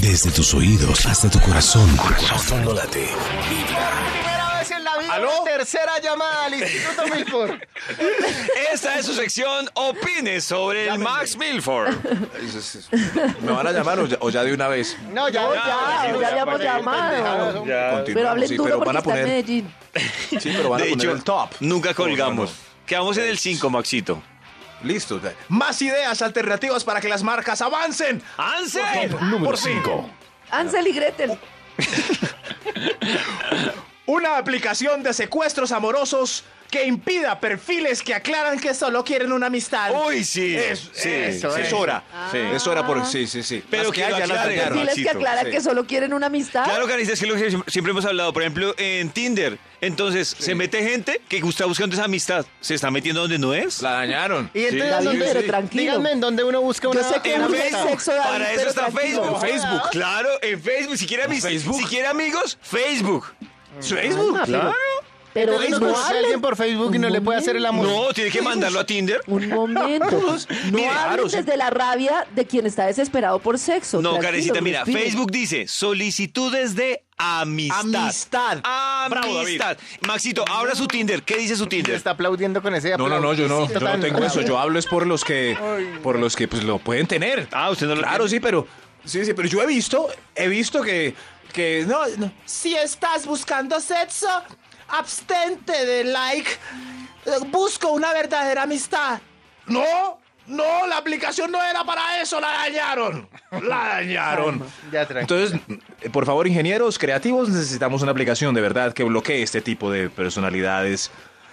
Desde tus oídos hasta tu corazón. Corazón no late. Primera vez en la vida, ¿Aló? tercera llamada al Instituto Milford. Esta es su sección Opine sobre el Max Milford. ¿Me van a llamar o ya, o ya de una vez? No, ya, No, ya, ya, sí, ya fue habíamos que llamado. pendejadas, ¿no? Continúa, Pero hablen sí, duro pero porque van a está en poner, Medellín. sí, pero van a De poner hecho, el top. Nunca No, no, colgamos. no. Quedamos en el 5, Maxito. Listo. ya. Más ideas alternativas para que las marcas avancen. ¡Ansel! Número 5. Ansel y Gretel. Una aplicación de secuestros amorosos que impida perfiles que aclaran que solo quieren una amistad. ¡Uy, sí! Es, sí, eso, sí. es hora. Sí. Es hora por... Sí, sí, sí. Pero Las que que lo hay ya las aclaren. sacaron. Diles Ah. que Maxito, aclaran sí. que solo quieren una amistad. Claro, Carita, es que lo que siempre hemos hablado, por ejemplo, en Tinder. Entonces, se mete gente que está buscando esa amistad. ¿Se está metiendo donde no es. La dañaron. Y entonces, David, ¿dónde- pero tranquilo. Díganme en dónde uno busca una. Yo sé que una En busca amistad. Facebook. sexo, David, Para eso pero está Facebook. tranquilo. Facebook. Claro, en Facebook. Si quiere, amis- Facebook. si quiere amigos, Facebook. Facebook. Calma, pero- Pero, Entonces, uno no conoce a alguien hablen. por Facebook y no le puede hacer el amor. No, tiene que mandarlo a Tinder. Un momento. No Mire, hablen claro, sí. desde la rabia de quien está desesperado por sexo. No, Tranquilo, Karencita, mira, respiren. Facebook dice solicitudes de amistad. Amistad. Bravo, David. Amistad. Maxito, abra su Tinder. ¿Qué dice su Se Tinder? está aplaudiendo con ese No, no, no, yo no, aplaudicito yo no tan tengo eso. bravo. Yo hablo es por los que, por los que pues lo pueden tener. Ah, usted no lo Claro, tiene. sí, pero, sí, sí, pero yo he visto, he visto que, que no, no. Si estás buscando sexo, abstente de like. Busco una verdadera amistad. No, no, la aplicación no era para eso, la dañaron, la dañaron. Ya, tranquilo. Entonces, por favor, ingenieros creativos, necesitamos una aplicación de verdad que bloquee este tipo de personalidades.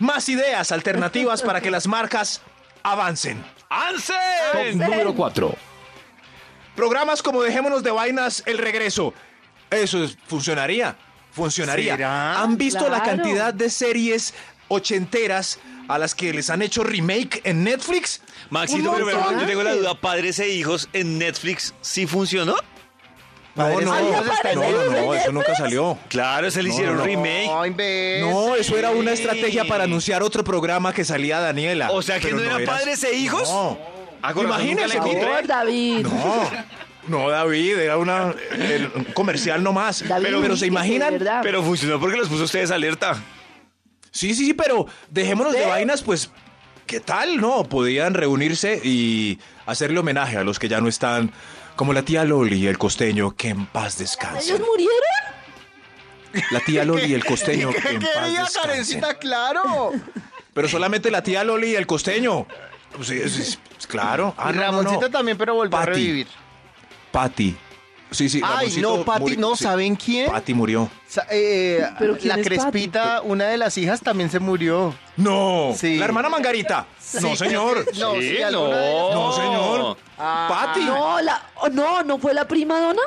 Más ideas alternativas para que las marcas avancen. ¡Ansel! número 4. Programas como Dejémonos de Vainas, El Regreso. Eso es- funcionaría. Funcionaría. ¿Será? ¿Han visto la Claro. cantidad de series ochenteras a las que les han hecho remake en Netflix? Maxito, Un pero, pero, montón. yo tengo la duda, padres e hijos en Netflix, ¿sí funcionó? No, no, Ahí no, aparecen no, los no, de eso nunca salió. Claro, se le No, hicieron no, no. remake. No, imbécil. No, eso era una estrategia para anunciar otro programa que salía Daniela. O sea, que Pero no eran eras- padres e hijos. No. Ah, con razón, Imagínese. nunca la encontré. Por David. No. No, David, era una, era un comercial nomás. David, pero, pero ubíquese, se imaginan. de verdad. Pero funcionó porque los puso ustedes alerta. Sí, sí, sí, pero dejémonos de ¿Sí? vainas, pues. ¿Qué tal? No, podían reunirse y hacerle homenaje a los que ya no están, como la tía Loli y el costeño, que en paz ¿Ellos descansen. murieron? La tía Loli y el costeño, que ¿Qué en paz quería, descansen. Karencita? Claro. Pero solamente la tía Loli y el costeño. Pues, sí, sí, sí, pues, claro. Ah, Y no, no, no. Ramoncito también, pero volvió a Pati. revivir. Patti. Sí, sí, Ay, Ramoncito no, Pati, muri- no, sí. ¿saben quién? Patti murió. Sa- eh, ¿Pero quién la es Pati? Crespita, una de las hijas, también se murió. No. Sí. La hermana Mangarita. No, Sí. señor. No, Ah, sí, alguna de ellas. No, señor. Patti. No, la, oh, no, no fue la prima dona.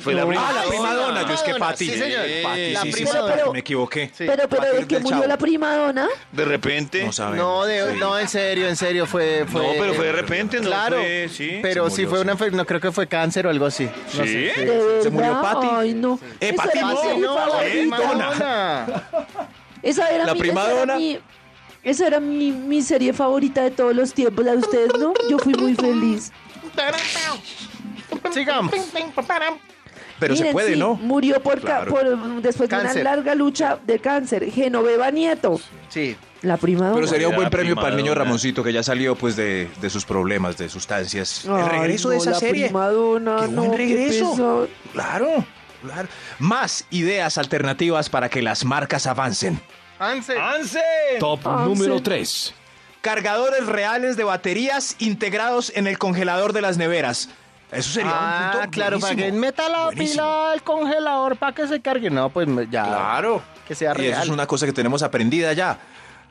Fue la primera. Ah, la prima dona. Yo es que Madonna, Patti. sí, señor. Patti, La sí, sí, prima sí, dona. Patti, Me equivoqué. Sí. Pero, pero Batir el que del murió Chavo. la prima dona. De repente. No No, sabemos. No, de- Sí. no, eh. en serio, en serio, fue... fue pero fue de repente, ¿no? Claro, fue- sí. pero Se sí murió, fue sí. una enfer- no creo que fue cáncer o algo así. No ¿Sí? sé, Ah, ¿De verdad? se murió Pati. Ay, no. Eh, Esa Pati, era mi no, eh, Pati, no, la favorita. prima Donna. Donna. Esa era La mi, prima esa era dona. mi- esa era mi, mi serie favorita de todos los tiempos, la de ustedes, ¿no? Yo fui muy feliz. Sigamos. Pero se Miren, puede, sí, ¿no? Murió por, ca- Claro. por- después de Cáncer. una larga lucha de cáncer. Genoveva Nieto, Sí. la prima dona. Pero sería un buen La premio prima para el niño dona. Ramoncito, que ya salió pues de, de sus problemas, de sustancias. el Ay, regreso de no, esa la serie. prima dona, ¡Qué no, buen qué regreso! pesar. Claro, claro. Más ideas alternativas para que las marcas avancen. Ansel. ¡Ansel! Top Ah, número sí. 3. Cargadores reales de baterías integrados en el congelador de las neveras. Eso sería un Ah, punto claro, para que buenísimo. meta la Buenísimo. pila al congelador para que se cargue. No, pues ya. Claro. Que sea Y eso real. es una cosa que tenemos aprendida ya.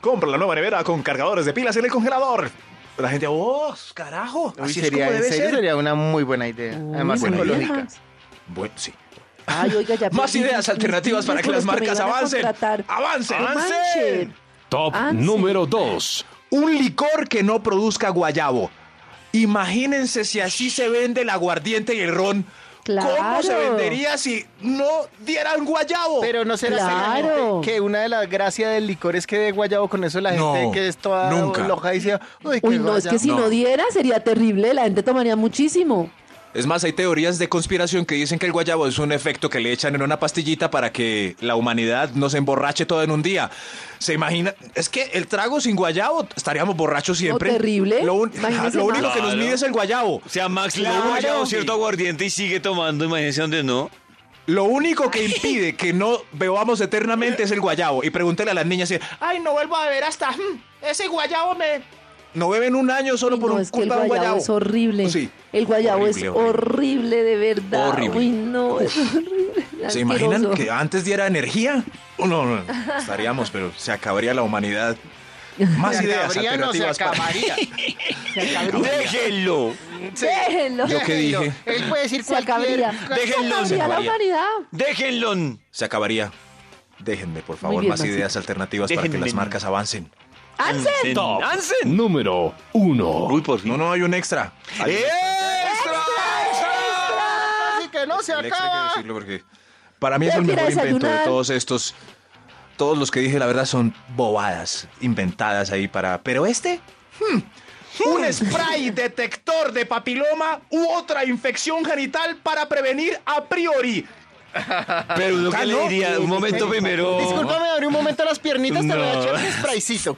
Compra la nueva nevera con cargadores de pilas en el congelador. La gente, ¡oh, carajo! Uy, así sería, es en como debe serio, ser. sería una muy buena idea. Uy, Además, buena idea. ecológica. Bueno, sí. Ay, oiga, ya Más perdí ideas mis- alternativas mis para que títulos las me marcas iban a avancen. contratar. ¡Avancen! No ¡Avancen! manchen. Top Ah, sí. número 2. Un licor que no produzca guayabo. Imagínense si así se vende el aguardiente y el ron. ¿Cómo Claro. se vendería si no dieran guayabo? Pero no será así la Claro. gente que una de las gracias del licor es que de guayabo con eso la No, gente que es toda nunca. loca dice, uy, qué Uy, no, es que si guayabo". no diera sería terrible, la gente tomaría muchísimo. Es más, hay teorías de conspiración que dicen que el guayabo es un efecto que le echan en una pastillita para que la humanidad no se emborrache toda en un día. ¿Se imagina? Es que el trago sin guayabo estaríamos borrachos siempre. terrible. Lo, un- Imagínese lo Max. único que nos Claro. mide es el guayabo. O sea, Max le Claro. huye a un cierto aguardiente y sigue tomando, imagínense donde no. Lo único que impide que no bebamos eternamente es el guayabo. Y pregúntale a las niñas si, ay, no vuelvo a beber hasta mm, ese guayabo me... No beben un año solo Uy, por no, un es que el culpa de un guayabo, guayabo. es horrible. Sí. El guayabo Horrible, es horrible. horrible. de verdad. Horrible. Uy, no, es horrible. ¿Se imaginan asqueroso. que antes diera energía? Oh, No, no, no, estaríamos, pero se acabaría la humanidad. Más Se ideas acabaría, no se alternativas para- acabaría. ¡Déjenlo! Déjenlo. Yo qué dije. Él puede decir Se cualquier... acabaría. Déjenlo, Se acabaría la vaya. humanidad. ¡Déjenlo! Se acabaría. Déjenme, por favor, Muy bien, más Maxito. ideas alternativas para que Déjenme. las marcas avancen. ¡Ansel! ¡Ansen! Número 1. Uy, por fin. No, no, hay un extra. Hay un Así que no se El extra hay que acaba. decirlo porque para mí es Ya el quiero mejor invento de desayunar. todos estos. Todos los que dije, la verdad, son bobadas inventadas ahí para. Pero este. hmm, Un spray detector de papiloma u otra infección genital para prevenir a priori. Pero uno Ah, que no. le diría, un momento primero. Discúlpame, abrí un momento las piernitas, te voy a No. echar un spraycito.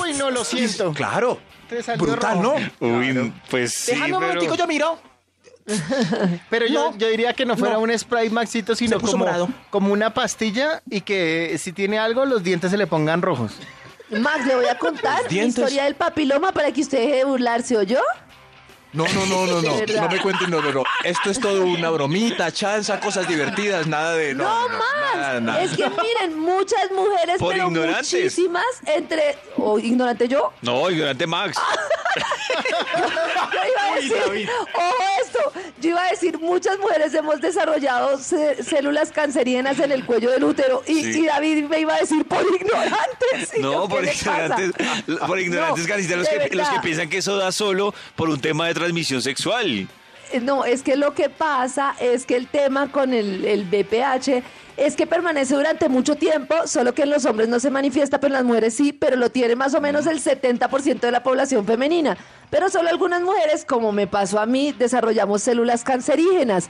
Uy, no, lo siento. Claro. Te salió Brutal, ¿no? rojo. Uy, pues sí, Déjame un pero... momentico, yo miro. Pero yo, No. yo diría que no fuera No. un spray Maxito, sino Se puso como, morado. como una pastilla y que eh, si tiene algo, los dientes se le pongan rojos. Max, le voy a contar Los la dientes. historia del papiloma para que usted deje de burlarse, ¿o yo? No, no, no, no, no. De verdad. No me cuenten, no, no, no. Esto es todo una bromita, chanza, cosas divertidas, nada de. No, No, no, Max. nada, nada. Es que miren, muchas mujeres, Por pero ignorantes. muchísimas, entre. ¿O ignorante yo? No, ignorante Max. Yo iba a decir, ojo esto, yo iba a decir, muchas mujeres hemos desarrollado ce- células cancerígenas en el cuello del útero y, Sí. y David me iba a decir por ignorantes. Y yo, No, ¿qué por le pasa? ignorantes, Ah, por ignorantes No, Karencita, los de que, los que verdad. piensan que eso da solo por un tema de transmisión sexual. Eh, No, es que lo que pasa es que el tema con el, el BPH es que permanece durante mucho tiempo, solo que en los hombres no se manifiesta, pero en las mujeres sí, pero lo tiene más o menos el 70% de la población femenina. Pero solo algunas mujeres, como me pasó a mí, desarrollamos células cancerígenas.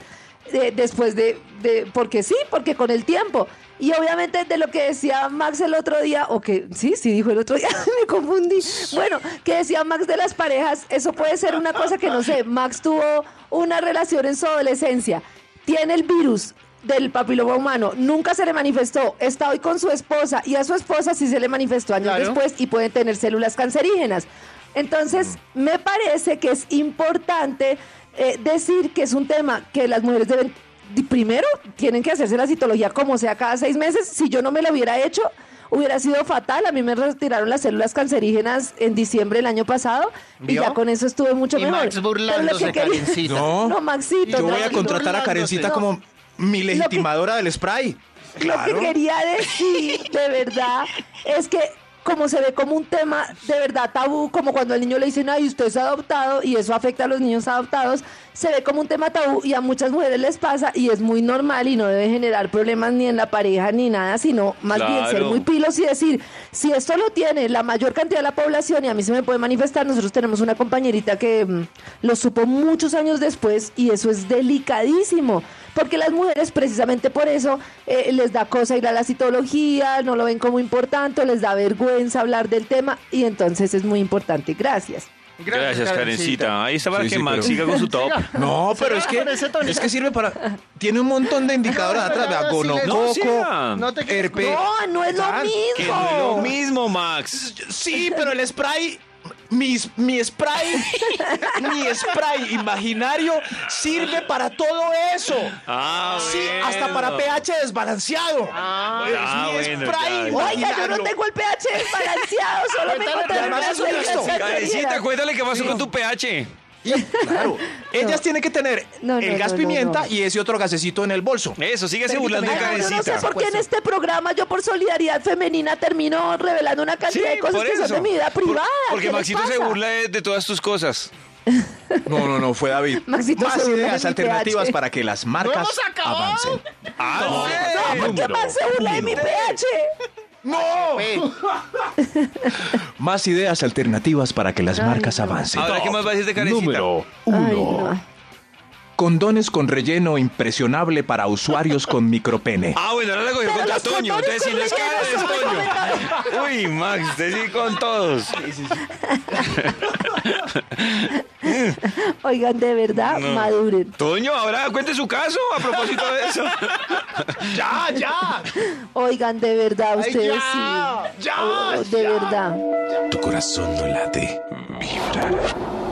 eh, después de, de- porque sí, porque con el tiempo. Y obviamente de lo que decía Max el otro día, o que sí, sí dijo el otro día, me confundí. Bueno, que decía Max de las parejas, eso puede ser una cosa que no sé. Max tuvo una relación en su adolescencia, tiene el virus del papiloma humano, nunca se le manifestó, está hoy con su esposa y a su esposa sí se le manifestó años Claro. después y pueden tener células cancerígenas. Entonces, Mm. me parece que es importante eh, decir que es un tema que las mujeres deben, di- primero, tienen que hacerse la citología como sea cada seis meses. Si yo no me la hubiera hecho, hubiera sido fatal. A mí me retiraron las células cancerígenas en diciembre del año pasado y ¿Vio? ya con eso estuve mucho Y mejor. Max Pero lo que burlándose, quería- Karencita. No. No, Maxito. Yo voy a tranquilo. contratar a Karencita No. como mi legitimadora del spray. Lo que quería decir, de verdad, es que como se ve como un tema de verdad tabú, como cuando al niño le dicen, ay, usted es adoptado y eso afecta a los niños adoptados, se ve como un tema tabú y a muchas mujeres les pasa y es muy normal y no debe generar problemas ni en la pareja ni nada, sino más bien ser Claro. muy pilos y decir, si esto lo tiene la mayor cantidad de la población y a mí se me puede manifestar, nosotros tenemos una compañerita que mm, lo supo muchos años después y eso es delicadísimo, porque las mujeres precisamente por eso eh, les da cosa ir a la citología, no lo ven como importante, o les da vergüenza hablar del tema y entonces es muy importante. Gracias. Gracias, Karencita. Ahí está para Sí, que sí, Max pero- siga con su top. No, pero es va que, con ese tonito. es que sirve para. Tiene un montón de indicadores atrás. Vea, No, no, sí, gonococo, siga. No te quieres herpe- No, no es lo Dan, Que no es mismo. lo mismo, Max. Sí, pero el spray. Mis, mi spray, mi spray imaginario sirve para todo eso. Ah, sí, bueno. hasta para pH desbalanceado. es ah, mi bueno, spray ya, ya. Oiga, yo no imaginario. tengo el pH desbalanceado, solo me Cuéntale, encontré además, una eso no es célula esto. Karencita, cancerígena. cuéntale qué pasó con tu pH. Y, claro, ellas tienen que tener No, no, el gas no, no, pimienta no. y ese otro gasecito en el bolso. Eso, síguese burlando de Ay, no, yo no sé Karencita. por qué en este programa yo por solidaridad femenina termino revelando una Sí, cantidad de cosas por que son eso. de mi vida Por- privada. ¿Qué porque les Maxito se pasa? burla de, de todas tus cosas. No, no, no, fue David. Maxito Más Segura ideas del alternativas IPH. para que las marcas avancen. Ah, No, ¿por qué Número Max se burla de mi uno. pH? ¡No! Pues, Más ideas alternativas para que las Ay, marcas no. avancen. Ahora, ¿qué más va a decir de Karencita? Número Ay, uno. no. Condones con relleno impresionable para usuarios con micropene. Ah, bueno, ahora la cogió Pero contra los Toño. condones Entonces, si no es con cara, es rellenos son Toño. Uy, Max, usted sí con todos. Oigan, de verdad, No. maduren. Toño, ahora cuente su caso a propósito de eso. ¡Ya, ya! Oigan, de verdad, Ay, ustedes ya, sí. ya, Oh, de ya. verdad. Tu corazón no late, vibra.